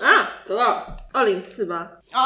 啊走到二零四吧。哦，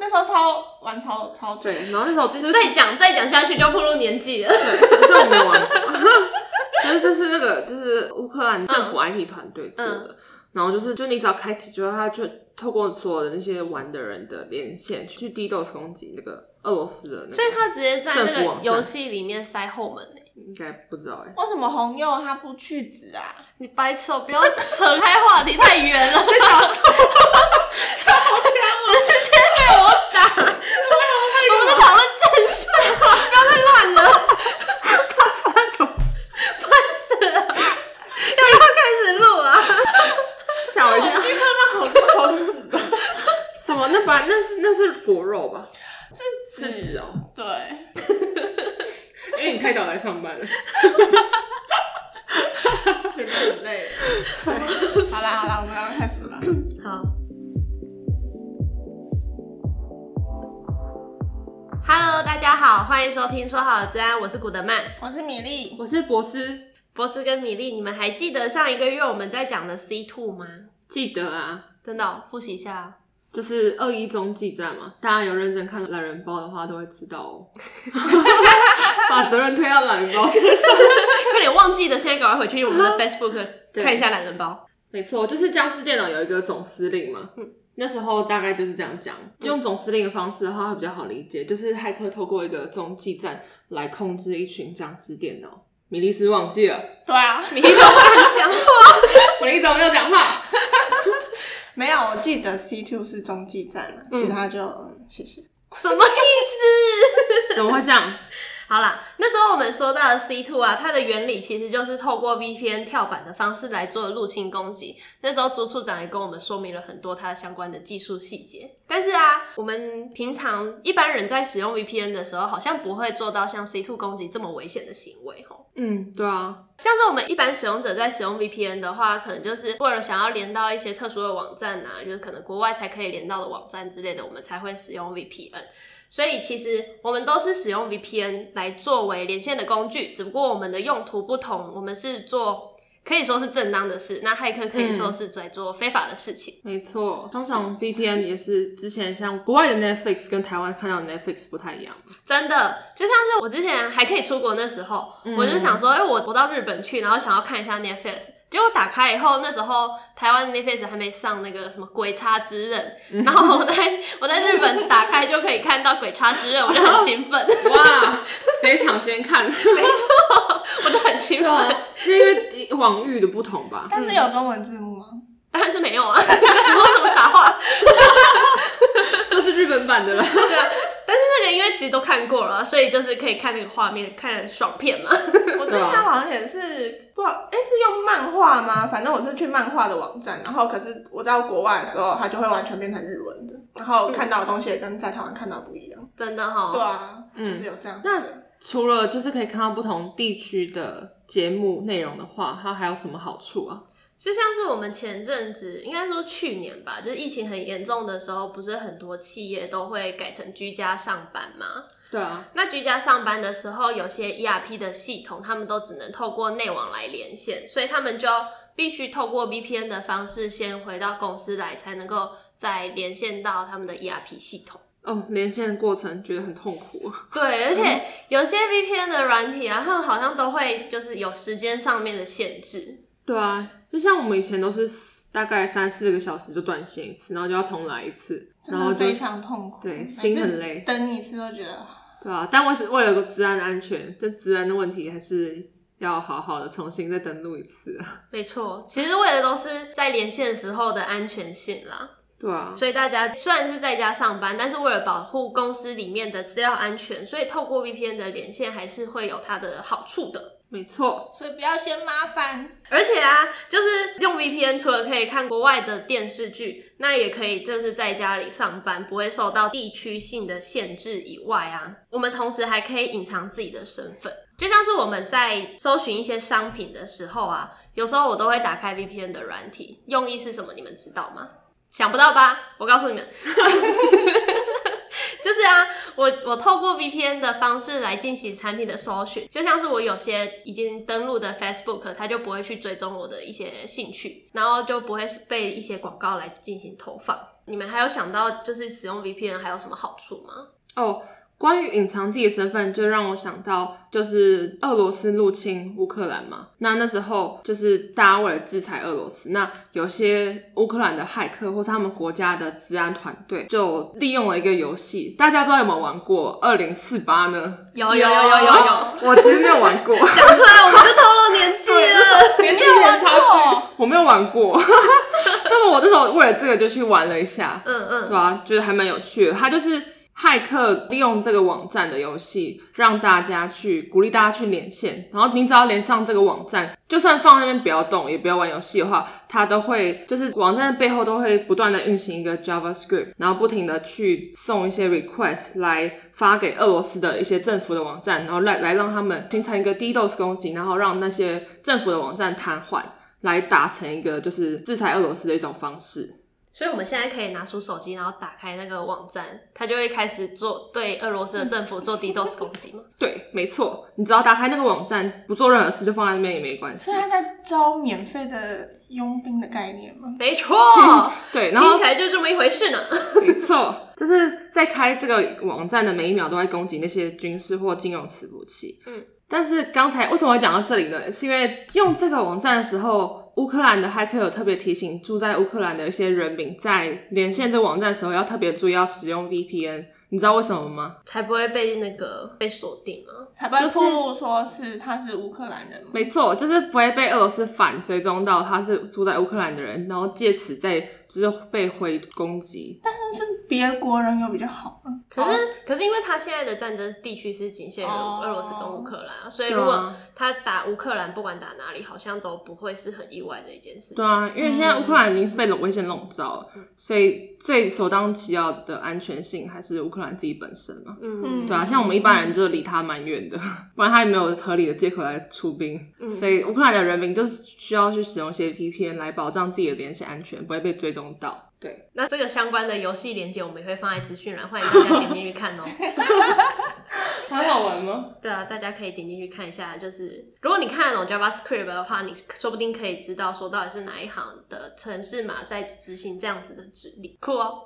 那时候超玩超超久，对，然后那时候吃， 再讲再讲下去就步入年纪了。这我没有玩过。 就是这是那个就是乌克兰政府 IT 团队做的，然后就是就你只要开启之后，他就透过所有的那些玩的人的连线去 DDoS 攻击那个俄罗斯的那个， 所以他直接在那政府个网站游戏里面塞后门、欸、应该不知道哎、为什么红柚他不去籽 啊？你白痴哦、不要扯开话题太远了。 直接被我打，我们在讨论正事，不要再乱了。他发什么事？烦死了！要不要开始录啊？吓我一跳！你看到好多红籽的，什么？那把那是那是果肉吧？是是籽哦，对，因为你太早来上班了。觉得很累。好啦好啦，我们要开始吧。好。Hello，大家好，欢迎收听《说好的治安》，我是古德曼。 我是米粒，我是博斯，博斯跟米粒，你们还记得上一个月我们在讲的 C two 吗？记得啊，真的哦、复习一下哦、就是二一中继站嘛，大家有认真看懒人包的话，都会知道 哦。把责任推到懒人包身上。 快点忘记的，现在赶快回去我们的 Facebook 对看一下懒人包。没错，就是僵尸电脑有一个总司令嘛。嗯那时候大概就是这样讲，就用总司令的方式的话会比较好理解，就是骇客透过一个中继站来控制一群僵尸电脑。米莉斯忘记了，对啊，米粒都乱讲话，米莉怎么没有讲话？ 没有，我记得 C two 是中继站了，其他就嗯，谢谢。什么意思？怎么会这样？好啦，那时候我们说到的 C two 啊，它的原理其实就是透过 VPN 跳板的方式来做入侵攻击。那时候朱处长也跟我们说明了很多它相关的技术细节。但是啊，我们平常一般人在使用 VPN 的时候，好像不会做到像 C two 攻击这么危险的行为吼。嗯，对啊，像是我们一般使用者在使用 VPN 的话，可能就是为了想要连到一些特殊的网站啊，就是可能国外才可以连到的网站之类的，我们才会使用 VPN。所以其实我们都是使用 VPN 来作为连线的工具，只不过我们的用途不同，我们是做可以说是正当的事，那骇客可以说是在做非法的事情。没错。通常 VPN 也是之前像国外的 Netflix 跟台湾看到的 Netflix 不太一样。真的，就像是我之前还可以出国那时候，我就想说，哎、我我到日本去，然后想要看一下 Netflix，结果打开以后，那时候台湾的 Netflix 还没上那个什么《鬼差之刃》，然后我在我在日本打开就可以看到《鬼差之刃》，我就很兴奋，哇，直接抢先看。我就很兴对啊奋。，就因为网域的不同吧。但是有中文字 幕吗？当然是没有啊，你在说什么傻话？就是日本版的啦。对啊，但是那个因为其实都看过了啊，所以就是可以看那个画面，看爽片嘛。我之前好像也是不，哎、是用漫画吗？反正我是去漫画的网站，然后可是我到国外的时候，它就会完全变成日文的，然后看到的东西也跟在台湾看到不一样。真的哈、对啊，就是有这样子那的。除了就是可以看到不同地区的节目内容的话，它还有什么好处啊？就像是我们前阵子，应该说去年吧，就是疫情很严重的时候，不是很多企业都会改成居家上班吗？对啊，那居家上班的时候，有些 ERP 的系统，他们都只能透过内网来连线，所以他们就必须透过 VPN 的方式先回到公司来，才能够再连线到他们的 ERP 系统。哦，连线的过程觉得很痛苦。对，而且有些 VPN 的软体啊，他们好像都会就是有时间上面的限制，对啊，就像我们以前都是四大概三四个小时就断线一次，然后就要重来一次，然真的后就非常痛苦，对每次心很累登一次都觉得对啊。但为是为了个治安安全，这治安的问题还是要好好的重新再登录一次啊。没错，其实为的都是在连线时候的安全性啦。对啊，所以大家虽然是在家上班，但是为了保护公司里面的资料安全，所以透过 VPN 的连线还是会有它的好处的。没错，所以不要嫌麻烦。 而且啊，就是用 VPN 除了可以看国外的电视剧，那也可以就是在家里上班，不会受到地区性的限制以外啊，我们同时还可以隐藏自己的身份。就像是我们在搜寻一些商品的时候啊，有时候我都会打开 VPN 的软体，用意是什么？你们知道吗？想不到吧？我告诉你们，就是啊，我我透过 VPN 的方式来进行产品的搜寻，就像是我有些已经登录的 Facebook，它就不会去追踪我的一些兴趣，然后就不会是被一些广告来进行投放。你们还有想到就是使用 VPN 还有什么好处吗？哦，关于隐藏自己的身份，就让我想到就是俄罗斯入侵乌克兰嘛。那那时候就是大家为了制裁俄罗斯，那有些乌克兰的骇客或是他们国家的治安团队就利用了一个游戏，大家不知道有没有玩过二零四八呢？有有有有有有，我其实没有玩过，讲出来我们就透露年纪 了。年纪有差距。 我没有玩过，但是我那时候为了这个就去玩了一下， 嗯对嗯，啊，觉得还蛮有趣的。它就是骇客利用这个网站的游戏，让大家去鼓励大家去连线，然后你只要连上这个网站，就算放在那边不要动，也不要玩游戏的话，它都会就是网站的背后都会不断的运行一个 JavaScript，然后不停的去送一些 request 来发给俄罗斯的一些政府的网站，然后来来让他们形成一个 DDoS 攻击，然后让那些政府的网站瘫痪。来达成一个就是制裁俄罗斯的一种方式，所以我们现在可以拿出手机，然后打开那个网站，它就会开始做对俄罗斯的政府做 DDoS 攻击嘛。对，没错，你只要打开那个网站，不做任何事，就放在那边也没关系啊是。他在招免费的佣兵的概念吗？没错，对，然听后起来就这么一回事呢。没错，就是在开这个网站的每一秒都在攻击那些军事或金融伺服器。嗯，但是刚才为什么会讲到这里呢？是因为用这个网站的时候，乌克兰的骇客有特别提醒住在乌克兰的一些人民，在连线这个网站的时候要特别注意要使用 VPN。你知道为什么吗？才不会被那个被锁定啊！才不会透露说是他是乌克兰人吗？没错，就是不会被俄罗斯反追踪到他是住在乌克兰的人，然后借此再就是被回攻击。但是别国人有比较好吗？可是，哦可是因为他现在的战争地区是仅限于哦俄罗斯跟乌克兰啊，所以对啊如果他打乌克兰，不管打哪里，好像都不会是很意外的一件事情。对啊，因为现在乌克兰已经是被危险笼罩了，所以最首当其要的安全性还是乌克兰自己本身嘛。嗯，对啊，像我们一般人就离他蛮远的， 不然他也没有合理的借口来出兵。所以乌克兰的人民就是需要去使用一些 VPN 来保障自己的联系安全，不会被追踪到。对，那这个相关的游戏连接我们也会放在资讯栏，欢迎大家点进 去看哦。很好玩吗？对啊，大家可以点进去看一下。就是如果你看得懂 JavaScript 的话，你说不定可以知道说到底是哪一行的城市码在执行这样子的指令，酷哦。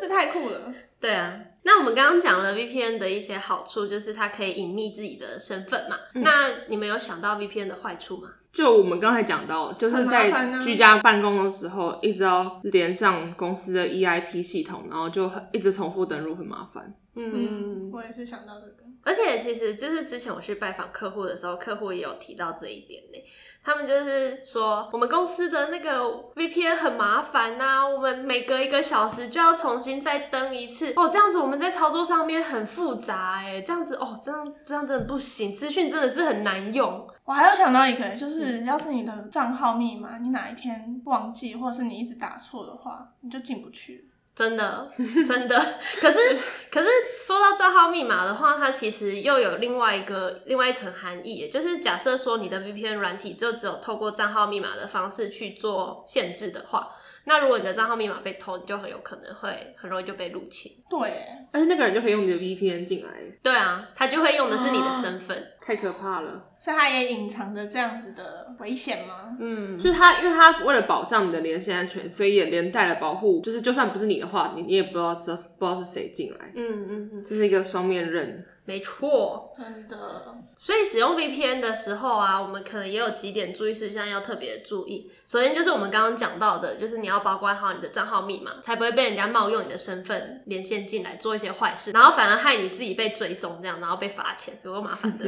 这太酷了！对啊，那我们刚刚讲了 VPN 的一些好处，就是它可以隐秘自己的身份嘛。那你们有想到 VPN 的坏处吗？就我们刚才讲到，就是很麻烦在啊居家办公的时候，一直要连上公司的 EIP 系统，然后就很一直重复登录，很麻烦。嗯，我也是想到这个。而且其实就是之前我去拜访客户的时候，客户也有提到这一点呢、他们就是说，我们公司的那个 VPN 很麻烦呐、我们每隔一个小时就要重新再登一次哦，这样子我们在操作上面很复杂哎、这样子哦，这样这样真的不行，资讯真的是很难用。我还有想到一个，就是要是你的账号密码你哪一天忘记，或是你一直打错的话，你就进不去。真的， 真的。可是，可是说到账号密码的话，它其实又有另外一个另外一层含义，也就是假设说你的 VPN 软体就只有透过账号密码的方式去做限制的话，那如果你的账号密码被偷，你就很有可能会很容易就被入侵。对耶，但是那个人就可以用你的 VPN 进来，对啊，他就会用的是你的哦身份。太可怕了。所以它也隐藏着这样子的危险吗？嗯，就是他，因为他为了保障你的连线安全，所以也连带了保护，就是就算不是你的话，你你也不知道知道不知道是谁进来，嗯嗯嗯，这是一个双面刃。没错。真的，所以使用 VPN 的时候啊，我们可能也有几点注意事项要特别注意。首先就是我们刚刚讲到的，就是你要保管好你的账号密码，才不会被人家冒用你的身份连线进来做一些坏事，然后反而害你自己被追踪，这样然后被罚钱，有个麻烦的。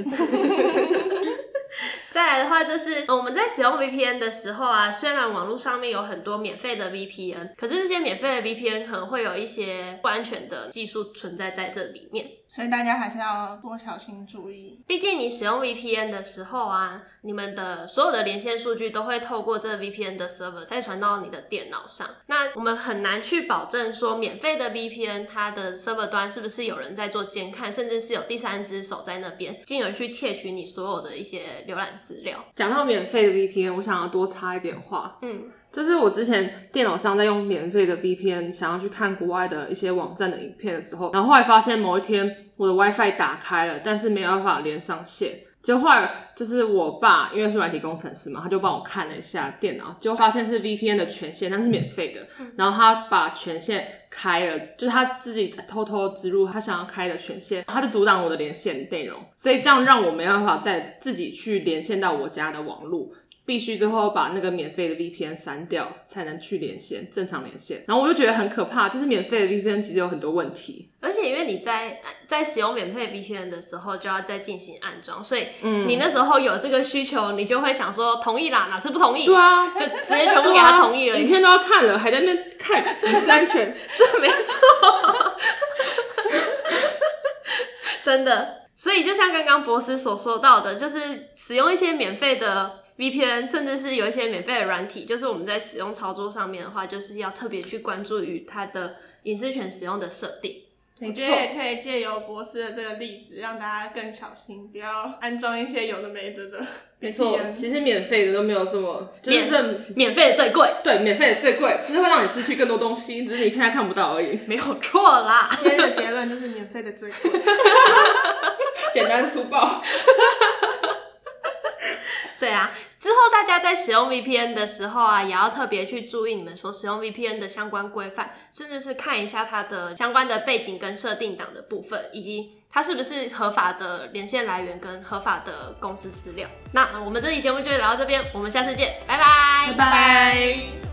再来的话就是，呃我们在使用 VPN 的时候啊，虽然网络上面有很多免费的 VPN，可是这些免费的 VPN 可能会有一些不安全的技术存在在这里面。所以大家还是要多小心注意。毕竟你使用 VPN 的时候啊，你们的所有的连线数据都会透过这个 VPN 的 server 再传到你的电脑上。那我们很难去保证说免费的 VPN 它的 server 端是不是有人在做监看，甚至是有第三只手在那边，进而去窃取你所有的一些浏览资料。讲到免费的 VPN，我想要多插一点话，嗯，就是我之前电脑上在用免费的 VPN，想要去看国外的一些网站的影片的时候，然后后来发现某一天我的 WiFi 打开了，但是没有办法连上线。结果后来就是我爸，因为是软体工程师嘛，他就帮我看了一下电脑，就发现是 VPN 的权限，但是免费的。然后他把权限开了，就是他自己偷偷植入他想要开的权限，他就阻挡我的连线内容，所以这样让我没办法再自己去连线到我家的网络。必须最后把那个免费的 VPN 删掉，才能去连线正常连线。然后我就觉得很可怕，就是免费的 VPN 其实有很多问题。而且因为你在在使用免费 VPN 的时候就要再进行安装，所以嗯你那时候有这个需求，你就会想说同意啦，哪次不同意？对啊，就直接全部给他同意了。影片都要看了，还在那边看隐私安 全，对， 没错，真的。所以就像刚刚博士所说到的，就是使用一些免费的 VPN，甚至是有一些免费的软体，就是我们在使用操作上面的话，就是要特别去关注于它的隐私权使用的设定。我觉得也可以借由博士的这个例子，让大家更小心，不要安装一些有的没的的。没错，其实免费的都没有这么，就是这免费的最贵，对，免费的最贵，就是会让你失去更多东西，只是你现在看不到而已。没有错啦。今天的结论就是免费的最贵。 简单粗暴。 对啊，之后大家在使用 VPN 的时候啊，也要特别去注意你们所使用 VPN 的相关规范，甚至是看一下它的相关的背景跟设定档的部分，以及它是不是合法的连线来源跟合法的公司资料。那我们这期节目就聊到这边，我们下次见，拜拜，拜拜。